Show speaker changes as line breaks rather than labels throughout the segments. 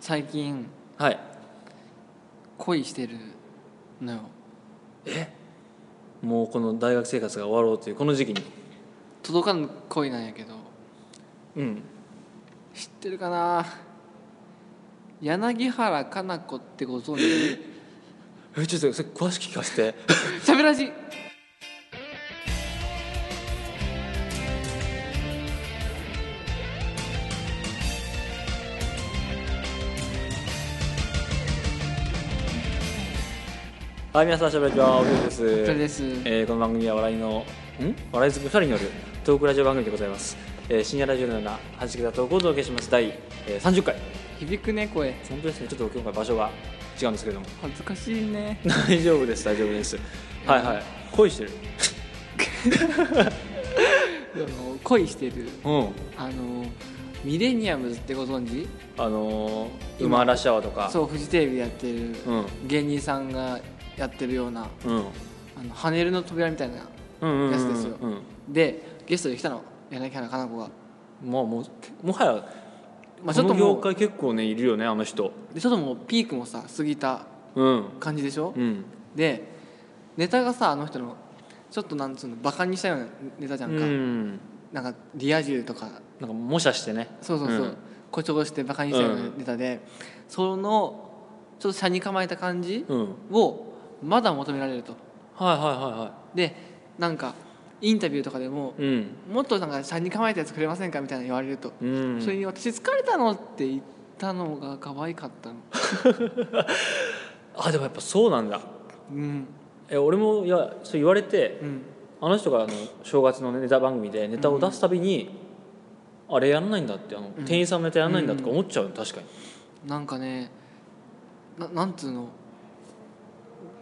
最近
はい
恋してるのよ
もうこの大学生活が終わろうというこの時期に
届かぬ恋なんやけど
うん
知ってるかな柳原加奈子ってご存知
えちょっとそれ詳しく聞かせて
喋らし
はい皆さんしゃべりはおぎゅうです
お疲れです
えーこの番組は笑いのん笑い好き2人によるトークラジオ番組でございます、えー深夜ラジオのようなはじけたトークをお届けします第、えー、30回
響くね声
本当ですねちょっと今回場所が違うんですけれども
恥ずかしいね
大丈夫です大丈夫ですはいはい恋してる
あの恋してる
うん
あのミレニアムズってご存知
あのー、
今
馬ラッシャワーとか
そうフジテレビでやってる
うん
芸人さんがやってるような
うん
あのハネルの扉みたいな
うんうんうん
やつですよ
うん
でゲストで来たの柳原加奈子が、
まあもうもはや、
まあ、ちょ
こ
っと
の業
もう
界結構ねいるよねあの人
でちょっともうピークもさ過ぎた
うん
感じでしょ、
うん
でネタがさあの人のちょっとなんつうのバカにしたようなネタじゃんか、
うん
なんかリア充とか
なんか模写してね
そうそうそう、
うん
誇張してバカにしたようなネタで、そのちょっと車に構えた感じ
うんはい
をまだ求められると
はいはいは
でなんかインタビューとかでも
いうん
もっとなんか車に構えたやつくれませんかみたいな言われると、
うん
それに私疲れたのって言ったのが可愛かったの
あでもやっぱそうなんだ
うん
え俺もいやそう言われて
うん
あの人があの正月のねネタ番組でネタを出すたびに、あれやらないんだってあの、
うん
店員さんのネタやらないんだとか思っちゃうの確かに
なんかねななんつうの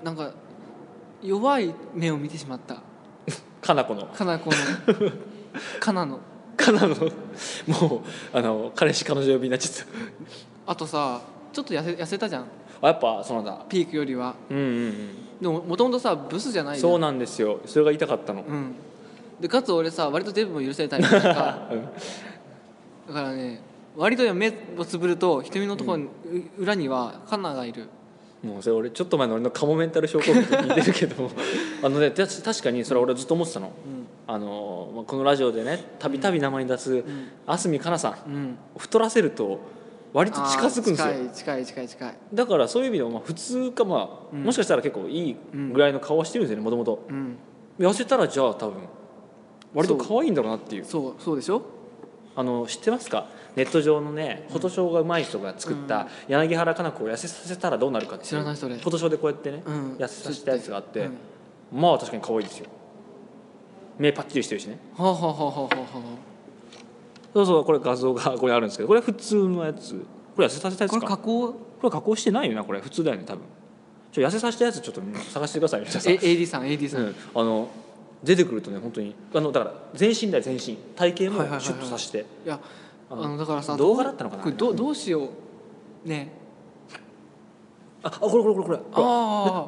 なんか弱い目を見てしまった
かなこの
かなこの かなの
かなのもうあの彼氏彼女呼びになっちゃっ
あとさちょっと痩せ痩せたじゃん
たあやっぱそうなんだ
ピークよりは
うんうん
でももともとさブスじゃ
う
なんいじゃん
そうなんですよそれが言いたかったの
うんでかつ俺さ割とデブも許せるタイプだからだからね割と目をつぶると瞳のところに、う裏にはカナがいる
もうそれ俺ちょっと前の俺のカモメンタル症候群と似てる けどあのねたし確かにそれ俺ずっと思ってたの、
ん
あのまあこのラジオでねたびたび名前に出す
ん
あすみかなさん
うん
太らせると割と近づくんです
あ
よ
ー近い近い近い近い
だからそういう意味でもまあ普通かまあ、
うん
もしかしたら結構いいぐらいの顔はしてるんですよねもともと
うん
痩せたらじゃあ多分割と可愛いんだろうなっていう
そうそうでしょ
あの知ってますかネット上のねフォトショーがうまい人が作った柳原加奈子を痩せさせたらどうなるかっていう
知らないそれ
フォトショーでこうやってね、
うん
痩せさせたやつがあって、
うん
まあ確かに可愛いですよ目パッチリしてるしね
ほうほうほうほうほうほう
そうそうこれ画像がここにあるんですけどこれは普通のやつこれ痩せさせたやつ
こ
か
れ
これ
加工
加工してないよなこれ普通だよね多分ちょ痩せさせたやつちょっと探してください皆さん、
え AD さん AD さん、
うん、あの出てくるとね本当にあのだから全身だよ全身体型
はいはいはいは
も
い
シュッとさせて、
いやあ
あ
のだからさ
動画だったのかな
これどどうしようね
ああこれこれこれこれ
あ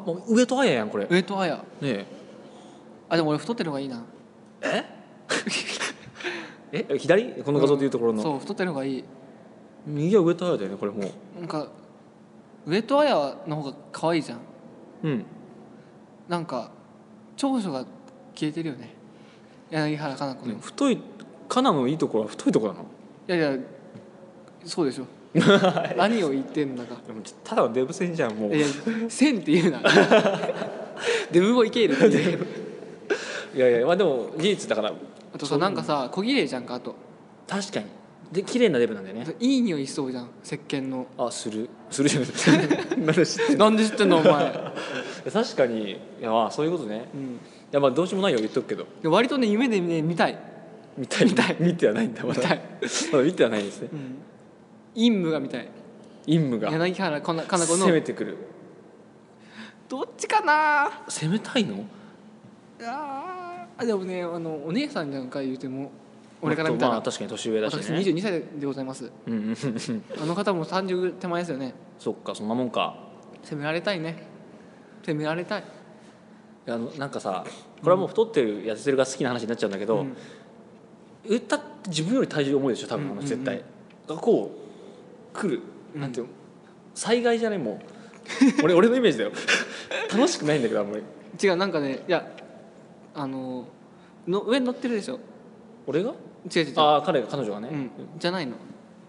もう上とあややんこれね
ウエットアヤ
え
あでも俺太ってるのがいいな
え左この画像でいうところの、
そう太ってるのがいい
右は上とあやだよねこれも
なんかウエットアヤの方が可愛いじゃん
ううん
なんか長所が消えてるよね柳原加奈子の、い
太いカナのいいところは太いところなの
やいやそう でしょ何を言ってんだか
でもただのデブ戦じゃんもう
いや線って 言うなデブボイケールって言う
いやいやまあでも事実だか ら
あとさなんかさ小綺麗じゃんかあと
確かにで綺麗なデブなんだよね
いい匂いしそうじゃん石鹸の
あするするじゃ ないです
なんで知ってんのお前、
確かにいやまあそういうことね
うん、
いやまあどうしようもないよ言っとくけど
で割とね夢でね見たい
見たい見たい見てはないんだま
見
だ
たい、
まだ見てはないですね
うん、陰夢が見たい
陰夢が
柳原かなかな子
攻
の
めてくる
どっちかな
攻めたいの
あーでもねあのお姉さんじゃんか言うても俺から見たら、
まあ確かに年上だし
私
ね
22歳でございます
うんうんうん
あの方も30手前ですよね
そっかそんなもんか
責められたいね責められたい
いやあのなんかさこれはもう太ってる痩せてるが好きな話になっちゃうんだけど、
うん
歌って自分より体重重いでしょ多分あの人絶対、がこう来るなんていうの、災害じゃないもう俺俺のイメージだよ 楽しくないんだけどあんまり
違うなんかねいやあのの上に乗ってるでしょ
俺が
違う違う違う
ああ彼が彼女がね、
うん、じゃないの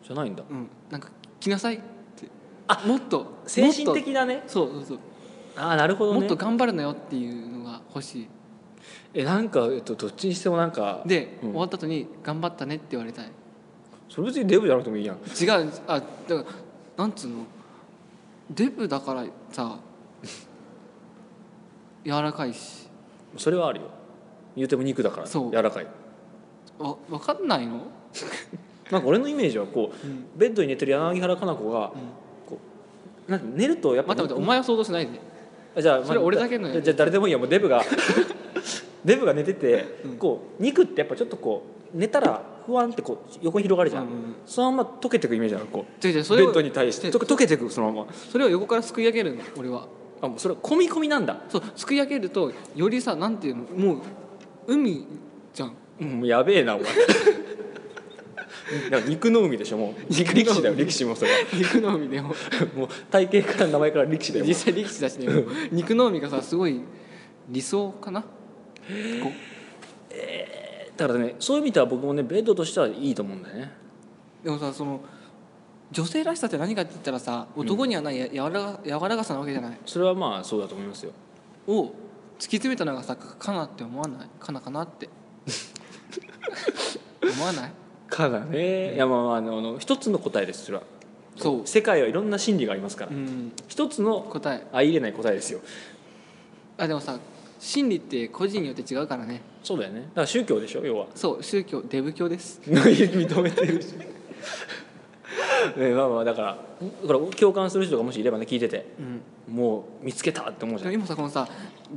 じゃないんだ
うんなんか来なさいってあもっと
精神
もっ
的だね
とそうそうそう
ああなるほどね
もっと頑張るなよっていうのが欲し
えなんか、えっと、どっちにしてもなんか
いで、
うん
終わった後に「頑張ったね」って言われたい
それ別にデブじゃなくてもいいやん
違うあだからなんつうのデブだから さ柔らかいし
それはあるよ言うても肉だから
そう
柔らかい
わ分かんないの、
なんか俺のイメージはこう、
うん
ベッドに寝てる柳原加奈子が、こうなんか寝るとやっぱ
待って待ってお前は想像しないで
あじゃあ
それ俺だけのやつ
じゃあじゃあ誰でもいいやもうデ ブがデブが寝てて、こう肉ってやっぱちょっとこう寝たら不安ってこう横に広がるじゃん、
うんうんうん
そのまま溶けていくイメージなのこう
違う違うそ
ベ
れ
ッ
を
ドに対して
で
と溶けていくそのまま
それを横からすくい上げるの俺は
あもうそれ込み込みなんだ
そうすくい上げるとよりさなんていうのもう海じゃん
うんやべえなお前 だから肉の海でしょもう
肉の海
力士だよ力士もそれ
肉の海で も
もう体型から名前から力士だよも
実際力士だしねもう肉の海がさすごい理想かなこ
うだからねそういう意味では僕もねベッドとしてはいいと思うんだよね
うでもさその女性らしさって何かって言ったらさ男にはないや柔らか柔らかさなわけじゃない
それはまあそうだと思いますよ
を突き詰めたのがさかなって思わないかなかなって 思わない
かだねいやまあまああのあの一つの答えですそれは
そう、
世界はいろんな心理がありますから、
うん、
一つの
答え
相入れない答えですよ
あでもさ心理って個人によって違うからね
そうだよねだから宗教でしょ要は
そう宗教デブ教です
認めてるし ねまあまあだからだから共感する人がもしいればね聞いてて
うん
もう見つけたって思うじ
で
ゃ
も
ん
今さこのさ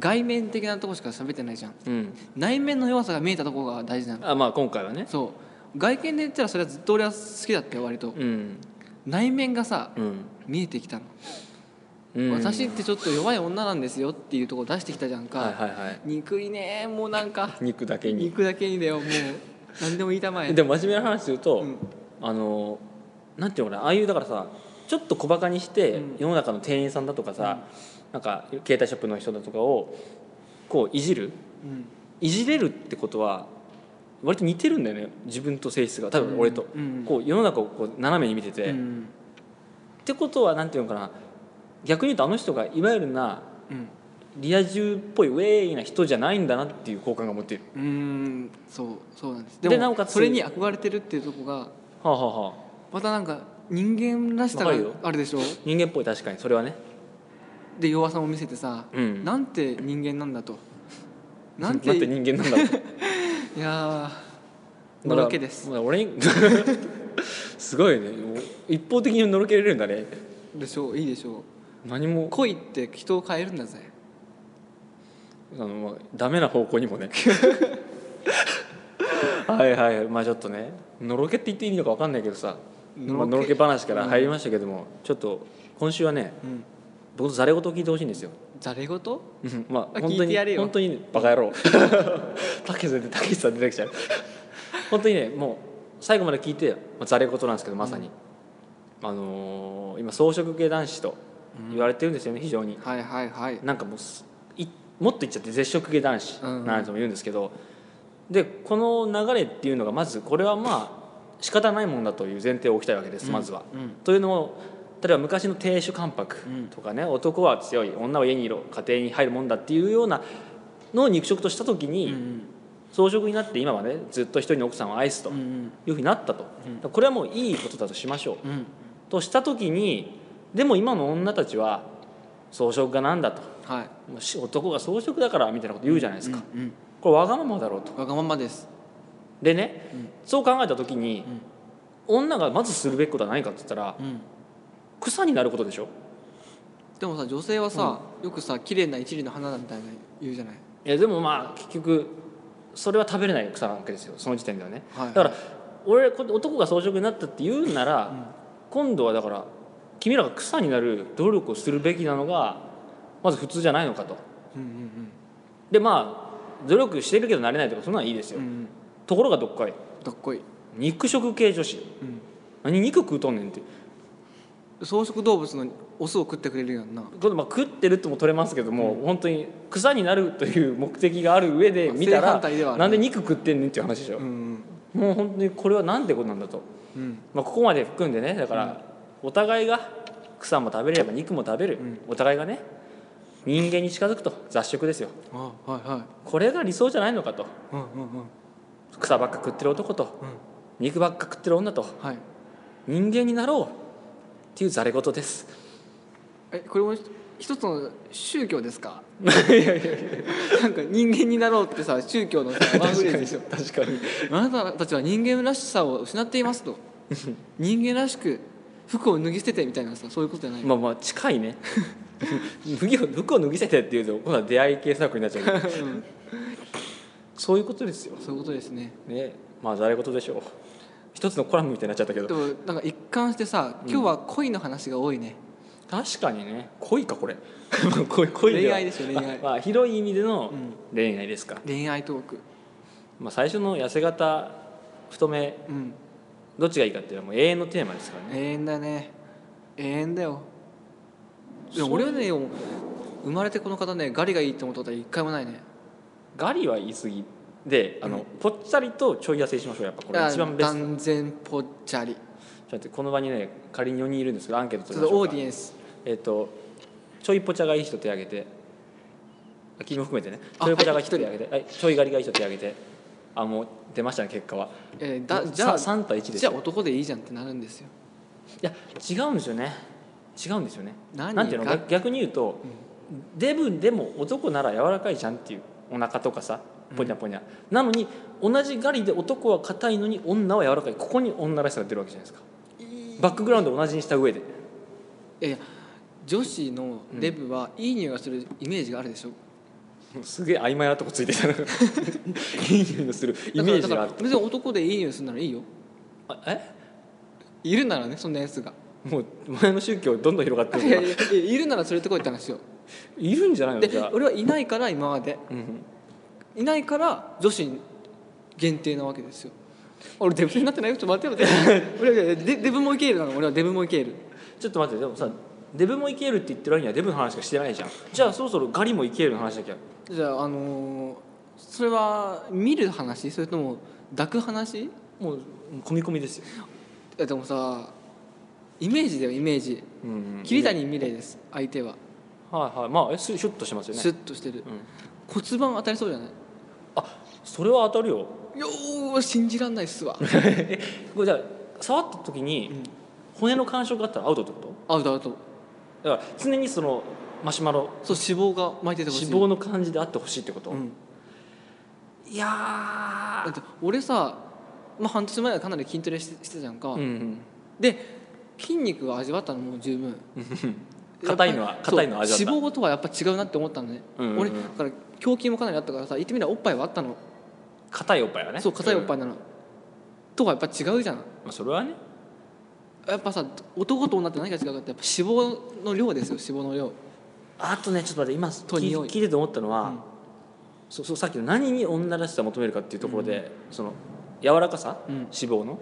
外面的なとこしか喋ってないじゃん
うん
内面の弱さが見えたとこが大事なの
あまあ今回はね
そう外見で言ったらそれはずっと俺は好きだったよ割と
うん
内面がさ
うん、
見えてきたの、
うん、
私ってちょっと弱い女なんですよっていうとこ出してきたじゃんか、
はいはいはい
憎いねもうなんか
肉だけに
肉だけにだよもう何でも言いたまえ
でも真面目な話すると、
うん
あのなんていうのかなああいうだからさちょっと小バカにして、
うん
世の中の店員さんだとかさ、なんか携帯ショップの人だとかをこういじる
うん
いじれるってことは割と似てるんだよね自分と性質が多分俺と、
うん
こう世の中をこう斜めに見てて、
う
っ
ん
てことはなんていうのかな逆に言うとあの人がいわゆるな
うん
リア充っぽいウェイな人じゃないんだなっていう好感が持っている、
うーんそうそうなんです
で
でも
なおかつ
それに憧れてるっていうとこが
はあはあはあ、
またなんか人間らしさが
わかるよ
あるでしょ
人間っぽい確かにそれはね
で弱さを見せてさ、
うん
なんて人間なんだ となんて
なんて人間なんだろう
いやー
ま
の
だ
ろけです
まだ俺に すごいねもう一方的にのろけれるんだね
でしょういいでしょ
何
う
も
恋って人を変えるんだぜ
あの、まあ、ダメな方向に もねはいはいまあちょっとねのろけって言っていいのか分かんないけどさ
のろけ
まあのろけ話から入りましたけども、ちょっと今週はね
うん
僕のざれ言を聞いてほしいんですよ
ざれ言
うんまあ
あ
本当
聞いてやれ
に
よ
本当にねバカ野郎 たけしさんでたけしさん出てきちゃう本当にねもう最後まで聞いて、まあ、ざれ言なんですけどまさに、あのー今草食系男子と言われてるんですよね非常に
はいはいはい
なんかもうすいもっと言っちゃって絶食系男子
うん
なんても言うんですけど、でこの流れっていうのがまずこれはまあ仕方ないもんだという前提を置きたいわけです、まずは、
うん
というのも例えば昔の亭主関白とかね、男は強い女は家にいろ家庭に入るもんだっていうようなのを肉食とした時
うん
に、草食になって今はねずっと一人の奥さんを愛すと
うんう
いうんふうになったと、これはもういいことだとしましょう
うん
とした時にでも今の女たちは草食がなんだと
はい
もうし男が草食だからみたいなこと言うじゃないですか、
うんうん
これわがままだろうと
わがままです
でね、そう考えた時に、女がまずするべきことは何かって言ったら
うん
草になることでしょ
でもさ女性はさ、よくさ綺麗な一輪の花だみたいな言うじゃない
いやでもまあ結局それは食べれない草なわけですよその時点ではね、
はい
だから俺こ男が草食になったって言うなら、今度はだから君らが草になる努力をするべきなのがまず普通じゃないのかと
うんうん
でまあ努力してるけどなれないとかそんなのはいいです
うん
よ、
うん
ところがどっかい
どっこい
肉食系女子
うん
何肉食うとんねんって
草食動物のオスを食ってくれるやんな
これまあ食ってるとも取れますけども、本当に草になるという目的がある上で
まあ
見た
正
ら
反対ではあるね
なんで肉食ってんねんっていう話でしょ
う、ん
もう本当にこれはなんてことなんだと、
うん
まあ、ここまで含んでねだからお互いが草も食べれれば肉も食べる、お互いがね人間に近づくと雑食ですよ
あはいはい
これが理想じゃないのかと
うんうんうん
草ばっか食ってる男と、
うん
肉ばっか食ってる女と
はい
人間になろうっていうざれ言です
えこれも一つの宗教です かなんか人間になろうってさ宗教のさワンフレ ーズでしょ
確かに
あなたたちは人間らしさを失っています と人間らしく服を脱ぎ捨ててみたいなさそういうことじゃない、
まあまあ近い ね服を服を脱ぎ捨ててっていうと今度は出会い系サークルになっちゃうけど
うん
そういうことですよ
そういうことですね
ねまあざれ言でしょう一つのコラムみたいになっちゃったけ
で
ど
もなんか一貫してさ今日は恋の話が多いね、
確かにね恋かこれ 恋恋
恋愛ですよ恋 愛
まあ、まあ広い意味での
うん
恋愛ですか、
恋愛トーク
まあ、最初の痩せ型太め
うん
どっちがいいかっていうのはもう永遠のテーマですからね
永遠だね永遠だよでも
そう
俺はね生まれてこの方ねガリがいいって思ったことは一回もないね
ガリは言い過ぎであの、ぽっちゃりとちょい痩せにしましょうやっぱこれ一番ベスト
断然ぽっちゃり
ちょっとこの場にね仮に4人いるんですけどアンケート
ち
取
ょっ
り
とオー
ましょうか
ディエンス
えっとちょいぽちゃがいい人手挙げてあ君も含めてね
あ
ちょいぽちゃがいい人手挙げて、はい、ちょい狩りがいい人手挙げてあもう出ましたね結果は
えーだじ
じ
ゃ
ゃ
あ
あ3対1です
じゃあ
よ
男でいいじゃんってなるんですよ
いや違うんですよね違うんですよね
何
なんていうの
が
逆逆に言うと、デブでも男なら柔らかいじゃんっていうお腹とかさポニャポニャ、なのに同じ狩りで男は硬いのに女は柔らかいここに女らしさが出るわけじゃないですかバックグラウンドを同じにした上で
いやいや女子のデブはいい匂いがするイメージがあるでしょ、
すげえ曖昧なとこついてたないい匂いのするイメー
だからだ
ジがある
から別に男でいい匂いするならいいよ
あえ
いるならねそんなやつが
もう前の宗教どんどん広がって
いや
る
い
か
やいやいるなら連れてこいって話よ
らいるんじゃないの
で
じゃあ、
俺はいないから今まで
うん、
いないから女子限定なわけですよ俺デブになってないよちょっと待ってよ待ってよ俺いやいやデデブもいけるなの俺はデブもいける
ちょっと待ってでもさデブもいけるって言ってる割にはデブの話しかしてないじゃんじゃあそろそろガリもいけるの話だけ
じゃああのーそれは見る話それとも抱く話い
もう込み込みですよ、
やでもさイメージだよイメージ
うん
桐谷美玲です相手は
はいはいまあえシュシュッとしてますよね
シュッとしてる
うん
骨盤当たりそうじゃない
それは当た るよ
よー信じらんないっすわ
えこれじゃあ触った時に骨の感触があったらアウトってこ
アウトアウト
とだから常にそのマシュマロ
そう脂肪が巻いてて
脂
ほしい
肪の感じであってほしいってこと、
うん
いや
だって俺さ、まあ、半年前はかなり筋トレしてしてたじゃんか、
ーうん
で筋肉を味わったのも十分
硬いのは
やっぱり
硬いのは味わっ
そ
た
う脂肪とはやっぱ違うなって思ったのね、
うんうんうん
俺だから胸筋もかなりあったからさ言ってみればおっぱいはあったの、
硬いおっぱいはね
そう硬いおっぱい
ん
なの、とはやっぱ違うじゃん
まあ、それはね
やっぱさ男と女って何が違うかってやっぱ脂肪の量ですよ脂肪の量
あとねちょっと待って今
と
聞い
匂い
聞いてて思ったのは、
うん
そうそうさっきの何に女らしさを求めるかっていうところで、その柔らかさ、
うん
脂肪の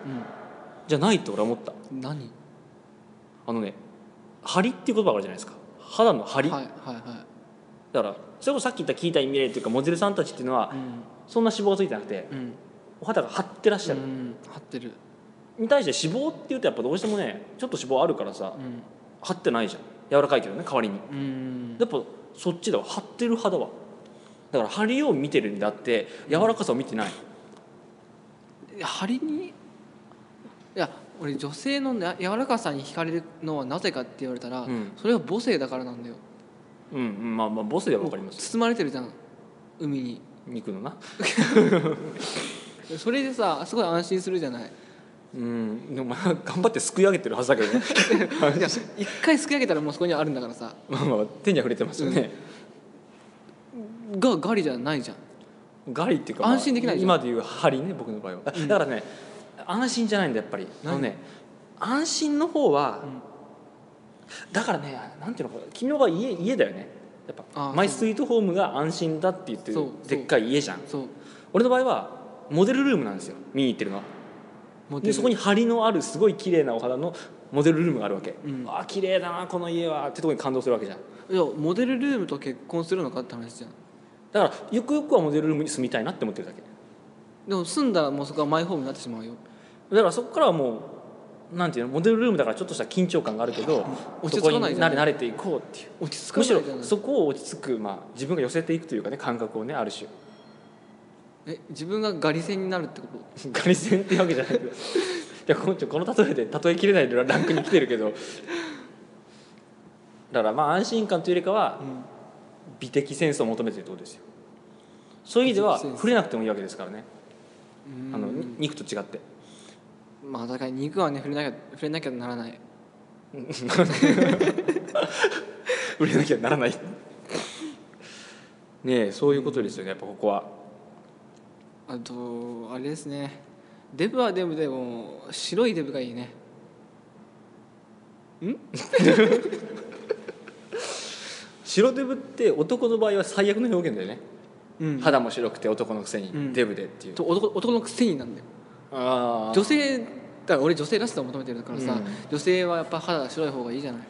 じゃないって俺は思った
うん何
あのね張りっていう言葉があるじゃないですか肌の張り、
はいはいは
だからそれこそさっき言った聞いた意味例っていうかモデルさんたちっていうのはい
うん
そんな脂肪がついてなくて
うん
お肌が張ってらっしゃる、
うん張ってる
に対して脂肪っていうとやっぱどうしてもねちょっと脂肪あるからさ
うん
張ってないじゃん柔らかいけどね代わりに
うん
やっぱそっちだわ張ってる肌はだから張りを見てるんだって柔らかさを見てない、
張りにいや俺女性のな柔らかさに惹かれるのはなぜかって言われたら、
うん
それは母性だからなんだよ
うん、うん、まあまあボスではわかります
包まれてるじゃん海に
肉のな
それでさすごい安心するじゃない
うんでもまあ頑張ってすくい上げてるはずだけどね
いや一回すくい上げたらもうそこにあるんだからさ
まあまあ手には触れてますよね、
がガリじゃないじゃん
ガリっていうか、
安心できないじゃん
今でいう張りね僕の場合は、だからね安心じゃないんだやっぱりあ
何
のね安心の方は、
うん
だからねなんていうのかな君の場合家家だよねやっ
あ
ぱ
ー
マイ
そう
スイートホームが安心だって言ってる
そうそう
でっかい家じゃん
そう
俺の場合はモデルルームなんですよ見に行ってるのは
モデ
で
ル
そこに張りのあるすごい綺麗なお肌のモデルルームがあるわけ、
うん
ああ綺麗だなこの家はってとこに感動するわけじゃん
いやモデルルームと結婚するのかって話じゃん
だからゆくゆくはモデルルームに住みたいなって思ってるだけ
でも住んだらもうそこはマイホームになってしまうよ
だからそこからはもうなんていうのモデルルームだからちょっとした緊張感があるけど
落ち着かない
そこに
じゃ
慣
ん
れ慣れていこうっていう
落ち着かない
むし
じゃ
ろ
ない
そこを落ち着く、まあ、自分が寄せていくというかね感覚をねある種
え自分がガリ戦になるってこと
ガリ線っていうわけじゃないけどい やこのちょこの例えで例えきれないランクに来てるけどだからまあ安心感というよりかは
うん
美的センスを求めてるってことですよそういう意味では
美的センス
触れなくてもいいわけですからね
うん
あのに肉と違って
まあだから肉はね触れなきゃ触れなきゃならない
売れなきゃならない ねえそういうことですよねやっぱここは
あとあれですねデブはデブでも白いデブがいいね
白デブって男の場合は最悪の表現だよね、
うん
肌も白くて男のくせに
うん
デブでっていう、
と男男のくせになんだよ
ああ
女性だから俺女性らしさを求めてるからさ、
うん
女性はやっぱ肌が白い方がいいじゃない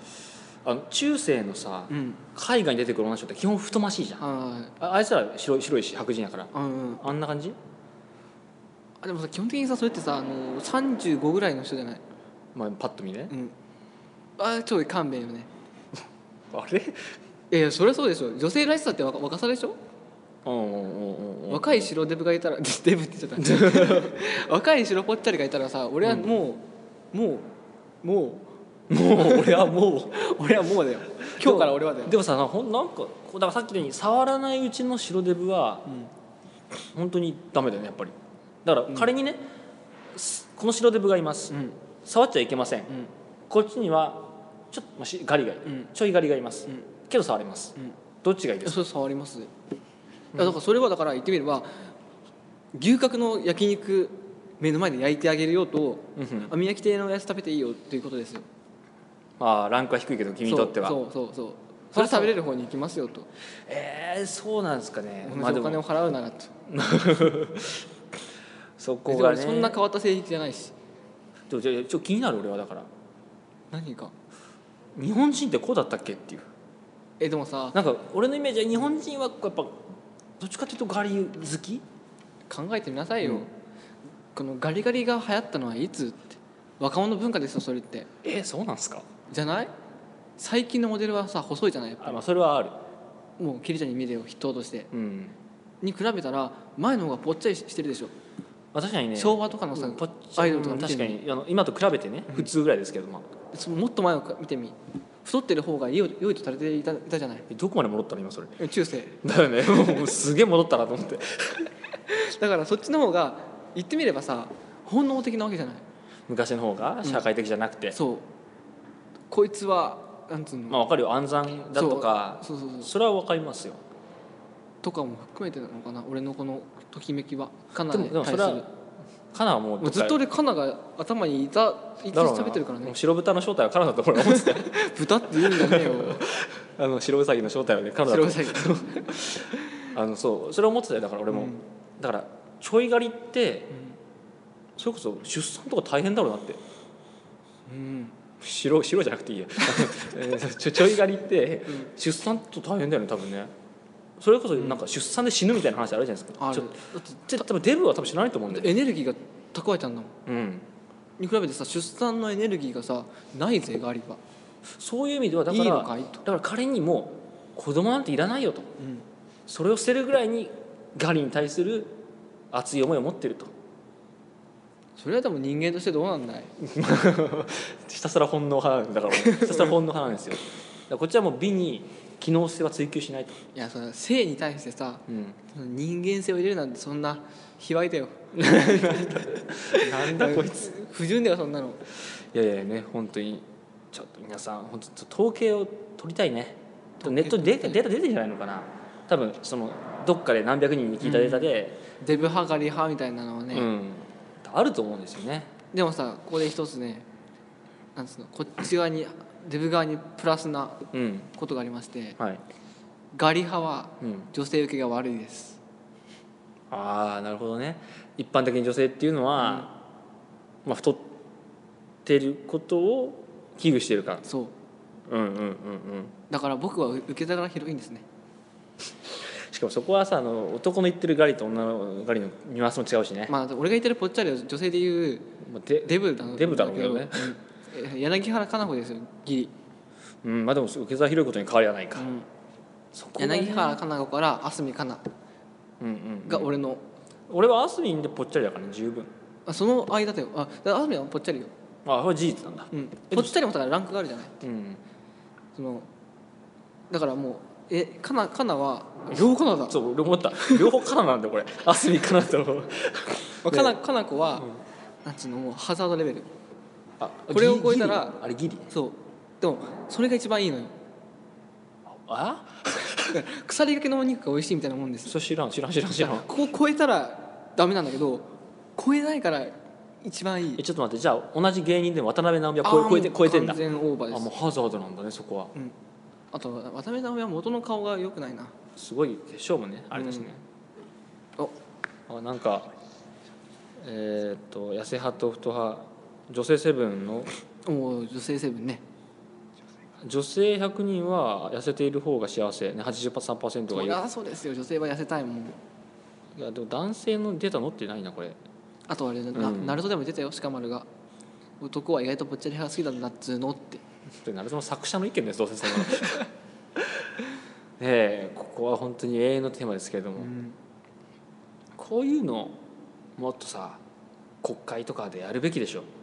あの中世のさ、
うん
海外に出てくる女の人って基本太ましいじゃんあ
は
あいつら白い白いし白人やから
いうんうん
あんな感じ
あでもさ基本的にさそれってさあの35ぐらいの人じゃない
まあパッと見ね
うんあちょっと勘弁よね
あれ
いやいやそりゃそうでしょ女性らしさって若若さでしょ
うんうんうんうん
若い白デブがいたら デブって言っちゃ った若い白ぽっちゃりがいたらさ俺はもう、もうも
も う俺はもう
う俺はもうだよ今日から俺はだよ
でもさほんなんかこうだからさっきのように触らないうちの白デブは
うん
本当にダメだよねやっぱりだから仮にね、すこの白デブがいます
うん
触っちゃいけません
うん
こっちにはちょっとまあしガリがいる、
うん
ちょいガリがいます、
うん
けど触れます
うん
どっちがいいですか
それ触ります、いやだからそれはだから言ってみれば牛角の焼肉目の前で焼いてあげるよと網焼き亭のやつ食べていいよっていうことですよ
まあランクは低いけど君にとっては
そうそうそうそうそれ食べれる方に行きますよと
えー、そうなんですかねまあ
同じ
で
お金
も
を払うならと
そこ
別に
が
俺
ね
そんな変わった性癖じゃないし
ちょちょちょ気になる俺はだから
何か
日本人ってこうだったっけっていう
えでもさ
なんか俺のイメージは日本人はやっぱどっちかっていうとガリ好き
考えてみなさいよ、
うん
このガリガリが流行ったのはいつって若者文化ですよそれって
えー、そうなんですか
じゃない最近のモデルはさ細いじゃないやっぱ
あ、まあ、それはある
もうキリちゃんに見れよ筆頭として
うん、
に比べたら前の方がぽっちゃりしてるでしょ、
まあ、確かにね
昭和とかのさ、
うんぽっ
アイドルとか見て
確
み
かにあの今と比べてね普通ぐらいですけど、まあ、
そのもっと前を見てみ太ってる方が良い良いとされていたいたじゃない
えどこまで戻ったの今それ
中世
だよねもうすげえ戻ったなと思って
だからそっちの方が言ってみればさ本能的なわけじゃない
昔の方が社会的じゃなくて、
そうこいつはなんつうの、
まあわかるよ暗算だとか
そうそうそう
それはわかりますよ
とかも含めてなのかな俺のこのときめきはカナ
で
に
もでも
対す
そ
る
れはカナはもう
もうずっと俺カナが頭にいたいた
だろうな
喋ってるから
も
ね
う白豚の正体はカナだと俺は思ってたよ
豚って言うんじゃねえよ
あの白ウサギの正体はねカナだ
白
と
ウサギ
あのそうそれは思ってたよだから俺も、
うん
だからちょい狩りってそれこそ出産とか大変だろうなって
うん
白白じゃなくていいや えーちょちょい狩りって
うん
出産と大変だよね多分ねそれこそなんか出産で死ぬみたいな話あるじゃないですか、
あ
ち
る
ょちょ多分デブは多分知らないと思うんだよ、
エネルギーが蓄えてあんだもん
うん、
に比べてさ出産のエネルギーがさないぜガリは
そういう意味ではだ
い
から
いのかいと、
だから彼にも子供なんていらないよと
うん、
それを捨てるぐらいにガリに対する熱い思いを持ってると
それはでも人間としてどうなんない
ひたすら本能派なんだから 俺ひたすら本能派なんですよだからこっちはもう美に機能性は追求しないと、
いやその性に対してさ人間性を入れるなんてそんな卑猥だよ
なんだこいつ
不純だよそんなの
いやいやね本当にちょっと皆さん本当統計を取りたいねネットにデータデータ出てんじゃないのかな多分そのどっかで何百人に聞いたデータで、
デブ派ガリ派みたいなのは
うん
ね、
あると思うんですよね
でもさここで一つねなんつうのこっち側にデブ側にプラスな
うん
ことがありまして
はい、
ガリ派は
うん、
女性受けが悪いです
ああなるほどね一般的に女性っていうのは、まあ、太ってることを危惧してるから
そう
うんうんうんうん
だから僕は受け皿が広いんですね
しかもそこはさあの男の言ってるガリと女のガリのニュアンスも違うしね、
まあ俺が言ってるぽっちゃりは女性で言う
まあ、で
デブだ
デブだろうけどね
うんえ柳原かな子ですよギリ、
うんまあでも受け皿広いことに変わりはないか、
うん
そこがね
柳原かな子から明日海かな
うんうん
が俺の、
俺はアスリンでぽっちゃりだからね十分
あその間だよあだ明日海はぽっちゃりよ、
ああれは事実なんだ
うん、ぽっちゃりもだからランクがあるじゃない
うん
そのだからもうえかなかなは両方かなだ
そう俺思った両方からなんだよこれアスリンからと
まあかなかな子は、なんつうのもうハザードレベル
あ
これを超えたら
ギリあれギリ
そうでもそれが一番いいのよ
あ
だから腐りかけのお肉が美味しいみたいなもんです
それ知らん知らん知らん知らん
ここ超えたらダメなんだけど超えないから一番いい
えちょっと待ってじゃあ同じ芸人でも渡辺直美は
あー
超え超えて
もう
超えてんだ
完全オー
あ
バーです
もうハザードなんだねそこは
あと渡辺直美は元の顔が良くないな
すごい化粧もねあれだしね、
お
あなんかえーっと痩せ派と太派女性セブンの
もう女性成分ね
女性100人は痩せている方が幸せ、ね、83%が
そ
言
り
う
ゃそうですよ女性は痩せたいもん
いやでも男性のデータ載ってないなこれ
あとあれ、な
うん
ナルトでも言ってたよ鹿丸が男は意外とぽっちゃり派が好きなんだっつうのって
でなるほど作者の意見ですどうせ そんなのねえここは本当に永遠のテーマですけれども、こういうのもっとさ国会とかでやるべきでしょ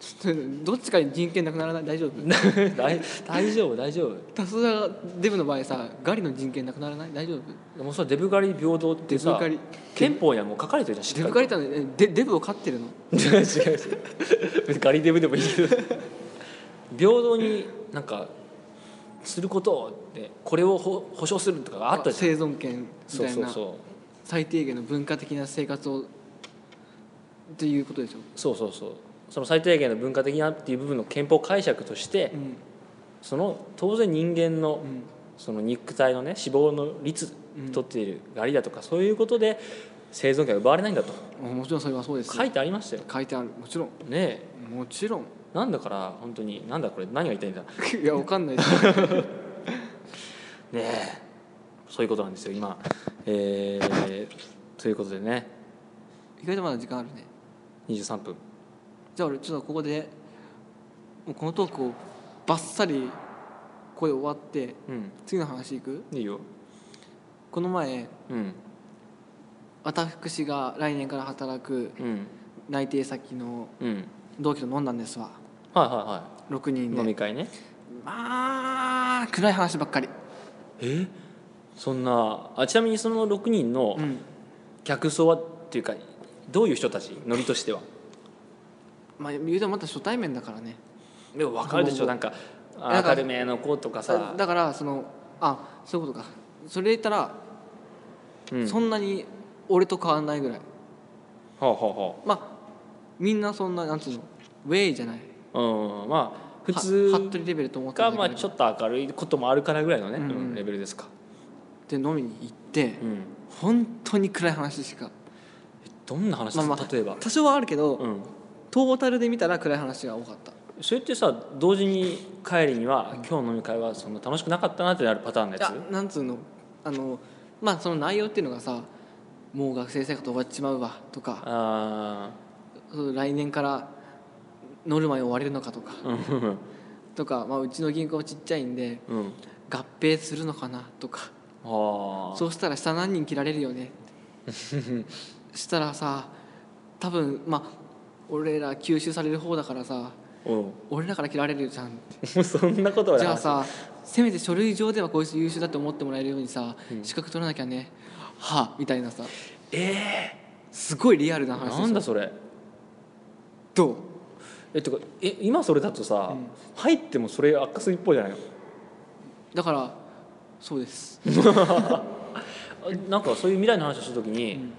ちょっと どっちかに人権なくならない大丈夫
大大丈夫大丈夫
タスがデブの場合さガリの人権なくならない大丈夫
もうそれデブ狩り平等って
デブ
さ
ガリ
憲法にはもう書かれてるじゃんし
デ
っ
ブ
か
ガ
り
リってのはえデデブを飼ってるの
違う違う違う別にガリデブでもいいけど平等になんかすることをってこれを保保障するとかがあったじゃん
生存権み
そう
たい
そう
な
そう
最低限の文化的な生活をっていうことでしょ、
そうそうそうその最低限の文化的なっていう部分の憲法解釈として
うん
その当然人間の
うん
その肉体のね死亡の率
うん
取っているガリだとかそういうことで生存権が奪われないんだと
もうもちろんそれはそうです
書いてありましたよ
書いてあるもちろん
ねえ
もちろん
なんだから本当になんだこれ何が言いたいんだね
いやわかんないです
えそういうことなんですよ今えーということでね
意外とまだ時間あるね
23分
じゃあ俺ちょっとここでもうこのトークをバッサリここで終わって
うん
次の話いく
いいよ
この前
うん
私が来年から働く
うん
内定先の
うん
同期と飲んだんですわ
はいは
6
い
人
はい飲
で
み会ね
まあ暗い話ばっかり
えそんなあちなみにその6人の
うん
客層はっていうかどういう人たちノリとしては
まあ言うてもまた初対面だからね
でも分かるでしょなんかあ
なんか
明るめの子とか
だ
さ、
だからそのあそういうことかそれで言ったら、
うん、
そ
は
んなに俺と変わんないぐらい
あは
まあみんなそんななんつうのウェイじゃない
あはあうんまあ普
は服
通
部レベルと思って
が
たんだ
まあ
けど
ちょっと明るいこともあるからぐらいのね、
うん
うんレベルですか、
で飲みに行って
うん、
本当に暗い話しか
どんな話
まあまあ
例えば、
多少はあるけど
うん、
トータルで見たら暗い話が多かった
それってさ同時に帰りには今日の飲み会はそんな楽しくなかったなってなるパターンのや
あ
つ
なんつうのあのまあその内容っていうのがさもう学生生活終わっちまうわとか
あ
そう来年からノルマに追われるのかとか
あうん
とか、まあ、うちの銀行ちっちゃいんで
うん
合併するのかなとか
ああ
そうしたら下何人切られるよ ねしたらさ多分まあ俺ら吸収される方だからさ
うん
俺らから切られるじゃん
もうそんなことは
じゃあ
話
させめて書類上ではこいつ優秀だって思ってもらえるようにさ、資格取らなきゃねはあみたいなさ
え
すごいリアル
え
な話
なんだそれ
どう
えてかえ今それだとさ、
うん
入ってもそれ悪化する一方じゃないの
だからそうです、
あなんかそういう未来の話をした時に、
うん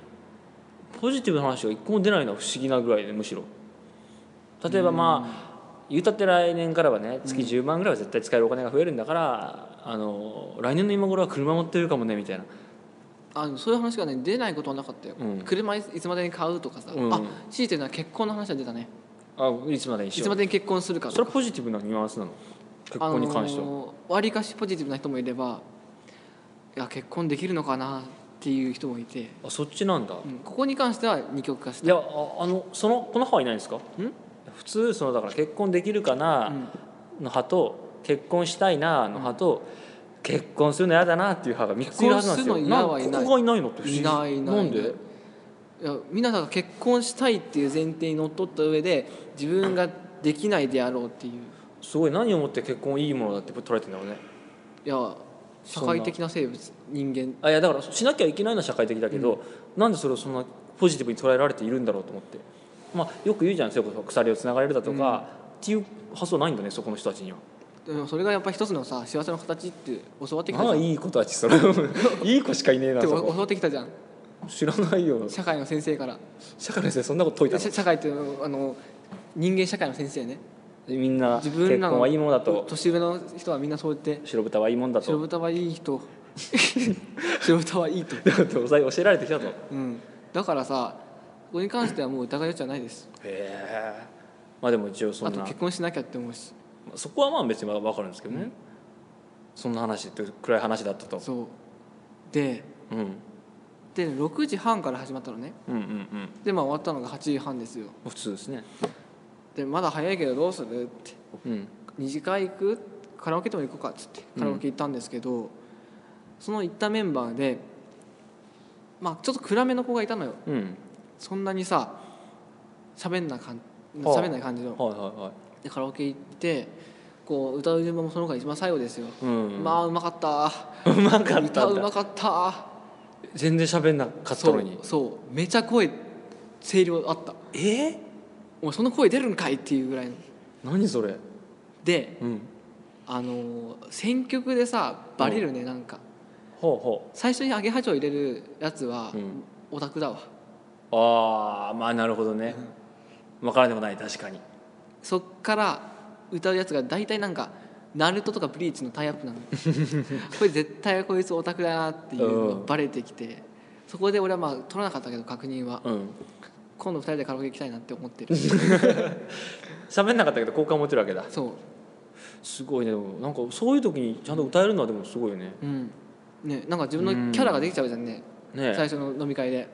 ポジティブな話が一個も出ないのは不思議なぐらいでむしろ例えばまあ、言うたって来年からはね月10万ぐらいは絶対使えるお金が増えるんだから、あの来年の今頃は車持ってるかもねみたいな
あのそういう話がね出ないことはなかったよ、
うん
車いついつまでに買うとかさ、
うん
あ強いてるのは結婚の話は出たね
ああいつまでにし
いつ
よ
ま
う
でに結婚するかと
それはポジティブなニュアンスなの結
あの
婚に関しては、
わりかしポジティブな人もいればいや結婚できるのかなっていう人もいて、
あそっちなんだ、
うんここに関しては二極化し
い
て
やああのそのこの派はいないんですか普通そのだから結婚できるかな
うん
の派と、結婚したいなの派と、結婚するの嫌だなっていう派がミックスいるはずなんですよ
結婚するの嫌はいない
んかここがいないのって不思議
いないいない
んで
いやみんなだから結婚したいっていう前提にのっとった上で自分ができないであろうっていう
すごい何をもって結婚いいものだって捉えてんだろうね
いや社会的な生物人間
あいやだからしなきゃいけないのは社会的だけど、なんでそれをそんなポジティブに捉えられているんだろうと思って、まあ、よく言うじゃんそれこそ鎖をつながれるだとか、っていう発想ないんだねそこの人たちには
でもそれがやっぱ一つのさ幸せの形って教わってきたじ
ま
ゃ
あ
ん
いい子たちそれ いい子しかいねえな
で
そ
も
こ
教わってきたじゃん
知らないよ
社会の先生から
社会の先生そんなこと解いた
社社会っていうのはあの人間社会の先生ね
のみんな
自
結
分らの
婚はいいものだと
年上の人はみんなそう言って
白豚はいいもんだ
白
と
豚はいい 人白豚はいいと、
お財教えられてきたとへ
うん、だからさここに関してはもう疑いよっちゃないです
えまあでも一応そ
あ
ん
と
な
結婚しなきゃって思うし
そこはまあ別に分かるんですけどね、そんな話って暗い話だったと、
そうで
うん、うん
で6時半から始まったのね
うんうん
でまあ終わったのが8時半ですよ
普通ですね
でまだ早いけどどうするって
うん
二次会行くカラオケでも行こうかっつってカラオケ行ったんですけど、その行ったメンバーでまあちょっと暗めの子がいたのよ
うん
そんなにさ喋んなかん
はあ
喋んない感じの
はいはいは
でカラオケ行ってこう歌う順番もその子が一番最後ですよ、
いうん
まあうまかった
うまかっ
歌
たん
う
だ
まかった
全然喋んなかった
そ
の
う
に
そうめちゃ声声量あった
えー、
お前その声出るんかいっていうぐらいの
何それ
で
うん
あのー選曲でさバレるね、なんか
ほうほ
最初にアゲハチョウ入れるやつは、
うん
オタクだわ
うああまあなるほどね分からんでもない確かに
そっから歌うやつが大体なんかナルトとかブリーチのタイアッ プなのこれ絶対こいつオタクだなっていうのがバレてきて、そこで俺はまあ取らなかったけど確認は
うん
今度二人でカラオケ行きたいなって思 ってる
喋んなかったけど好感持てるわけだ
そ
すごいねでもなんかそういう時にちゃんと歌えるのはでもすごいよね
ううんねなんか自分のキャラができちゃうじゃんね
ね
最初の飲み会で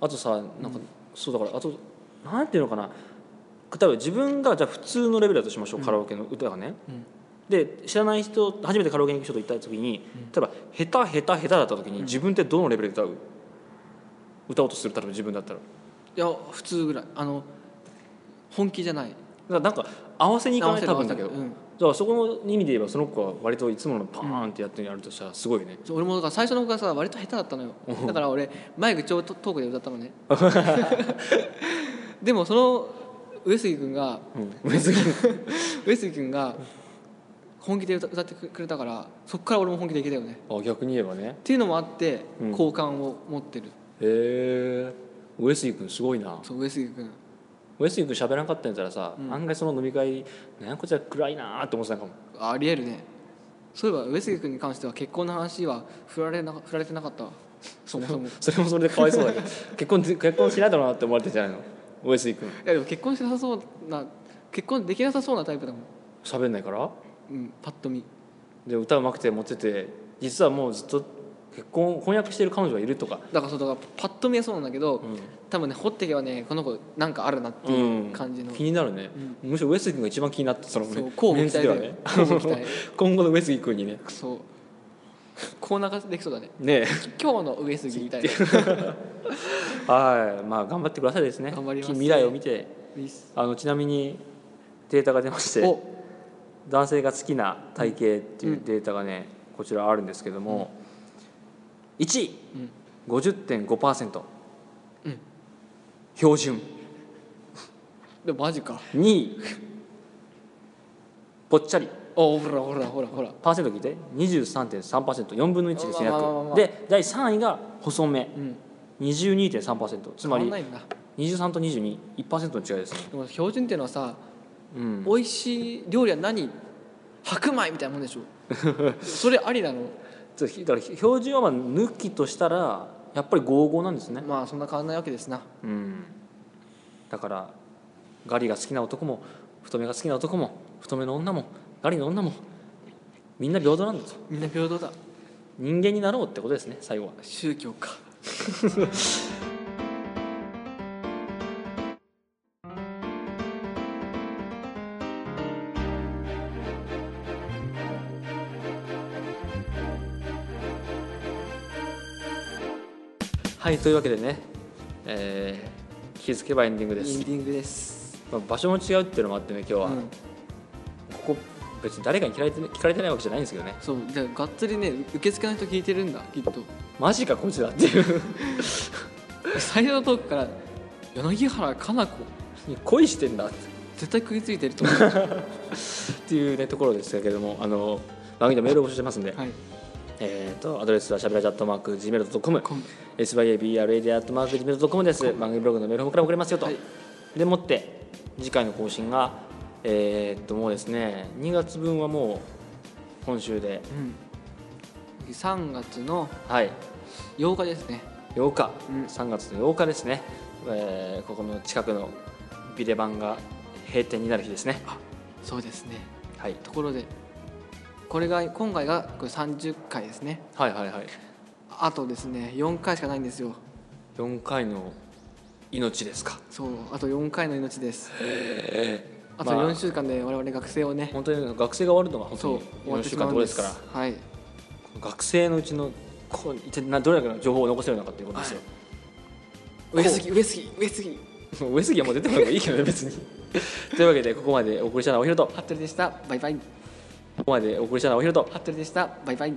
あとさなんか、そうだからあとなんていうのかな例えば自分がじゃあ普通のレベルだとしましょう、カラオケの歌がね、
うん
で知らない人初めてカラオケに行く人と行った時に、例えば下手下手下手だった時に自分ってどのレベルで歌う、歌おうとする例えば自分だったらだ
いや普通ぐらいあの本気じゃない
からなんか合わせに行かないと多分だけど、
うん
だからそこの意味で言えばその子は割といつものパーンってやってやるとしたらすごいよね、
そう俺もだから最初の子がさ割と下手だったのよだから俺マイク超トークで歌った のねでもその上杉君が
うん、別に
上杉君が本気で歌歌ってくれたからそっから俺も本気でいけたよね
あ逆に言えばね
っていうのもあって
うん
好感を持ってる、
へえ上杉君すごいな
そう上杉君
上杉君喋らんかったんやったらさ、案外その飲み会なんやこっちは暗いなーって思ってたんかも
ありえるねそういえば上杉君に関しては結婚の話は振られな振られてなかったわそもそ もい
それもそれでかわいそうだけ ど結婚結婚しないだろうなって思われてんじゃないの上杉君
やでも結婚しなさそうな結婚できなさそうなタイプだもん、
喋んないから
うん、パッと見
で歌うまくて持ってて実はもうずっと結婚婚約してる彼女がいるとか
だからそうだからパッと見えそうなんだけど、
ん
多分ね掘っていけばねこの子なんかあるなっていう感じの、
気になるね、むしろ上杉君が一番気になってその
そうこう
メ
ご
ン
期
ツ
待
で
だ
は
よね
ね
乞うご期待
今後の上杉君にね
くそこう流できそうだね
ねえ
今日の上杉みたいな
はいまあ頑張ってくださいですね
頑張ります
未来を見て
です
あのちなみにデータが出まして
お
男性が好きな体型っていうデータがね、こちらあるんですけども、1位、50.5%、
うん
標準
でもマジか
2位ぽっちゃり
おほらほらほらほら
パーセント聞いて 23.3%4 分の1ですね
まあまあまあまあ
約で第3位が細め
うん
22.3%つま
変
り
わんないんだ
23と221%の違いですね、
でも標準っていうのはさ、
うん、
美味しい料理は何白米みたいなもんでしょそれありな の
だから標準はまあ抜きとしたらやっぱり55なんですね
まあそんな変わんないわけですな
うん、だからガリが好きな男も太めが好きな男も太めの女もガリの女もみんな平等なんだと
みんな平等だ
人間になろうってことですね最後は
宗教か
はいというわけでね、えー気づけばエンディング
エン
です
デ、ィングです
まあ、場所も違うっていうのもあってね今日は、
う
こ
ん
こ別に誰かに聞かれて聞かれてないわけじゃないんですけどね
そうじゃあがっつりね受付の人聞いてるんだきっと
マジかこいつらっていう
最初のトークから柳原加奈子
恋してんだって
絶対食いついてると思う、は
っていう、ね、ところでしたけどもあの番組でメールを募集してますんで、
い、
えー、とアドレスはしゃべらじゃットマーク Gmail.com
今
SYABRAD アットマーク Gmail.com です番組ブログのメールフォームから送れますよと、
はい
でもって次回の更新がえーっともうですね2月分はもう今週で
うん、3月の
はい
8日ですね
8日、
うん
3月の8日ですね、えーここの近くのビレバンが閉店になる日ですね
そうですね
はい
ところでこれが今回がこれ30回ですね
はいはいはい
あとですね4回しかないんですよ
4回の命ですか
そうあと4回の命ですあと
まあ
4週間で我々学生をね、
本当に学生が終わるのが本
そう
当
終わって
に4週
し
間
まうん
ってこ
で
とですすから
はい
学生のうちのこう一体などれだけの情報を残せるのかっていうことですよ、
上杉上杉上杉
も う上杉はもう出てこないからいいけどね 別にというわけでここまでお送りしたのはおひろとこ
服部でしたバイバイ
こまでお送りしたのはおひろと
服部でしたバイバイ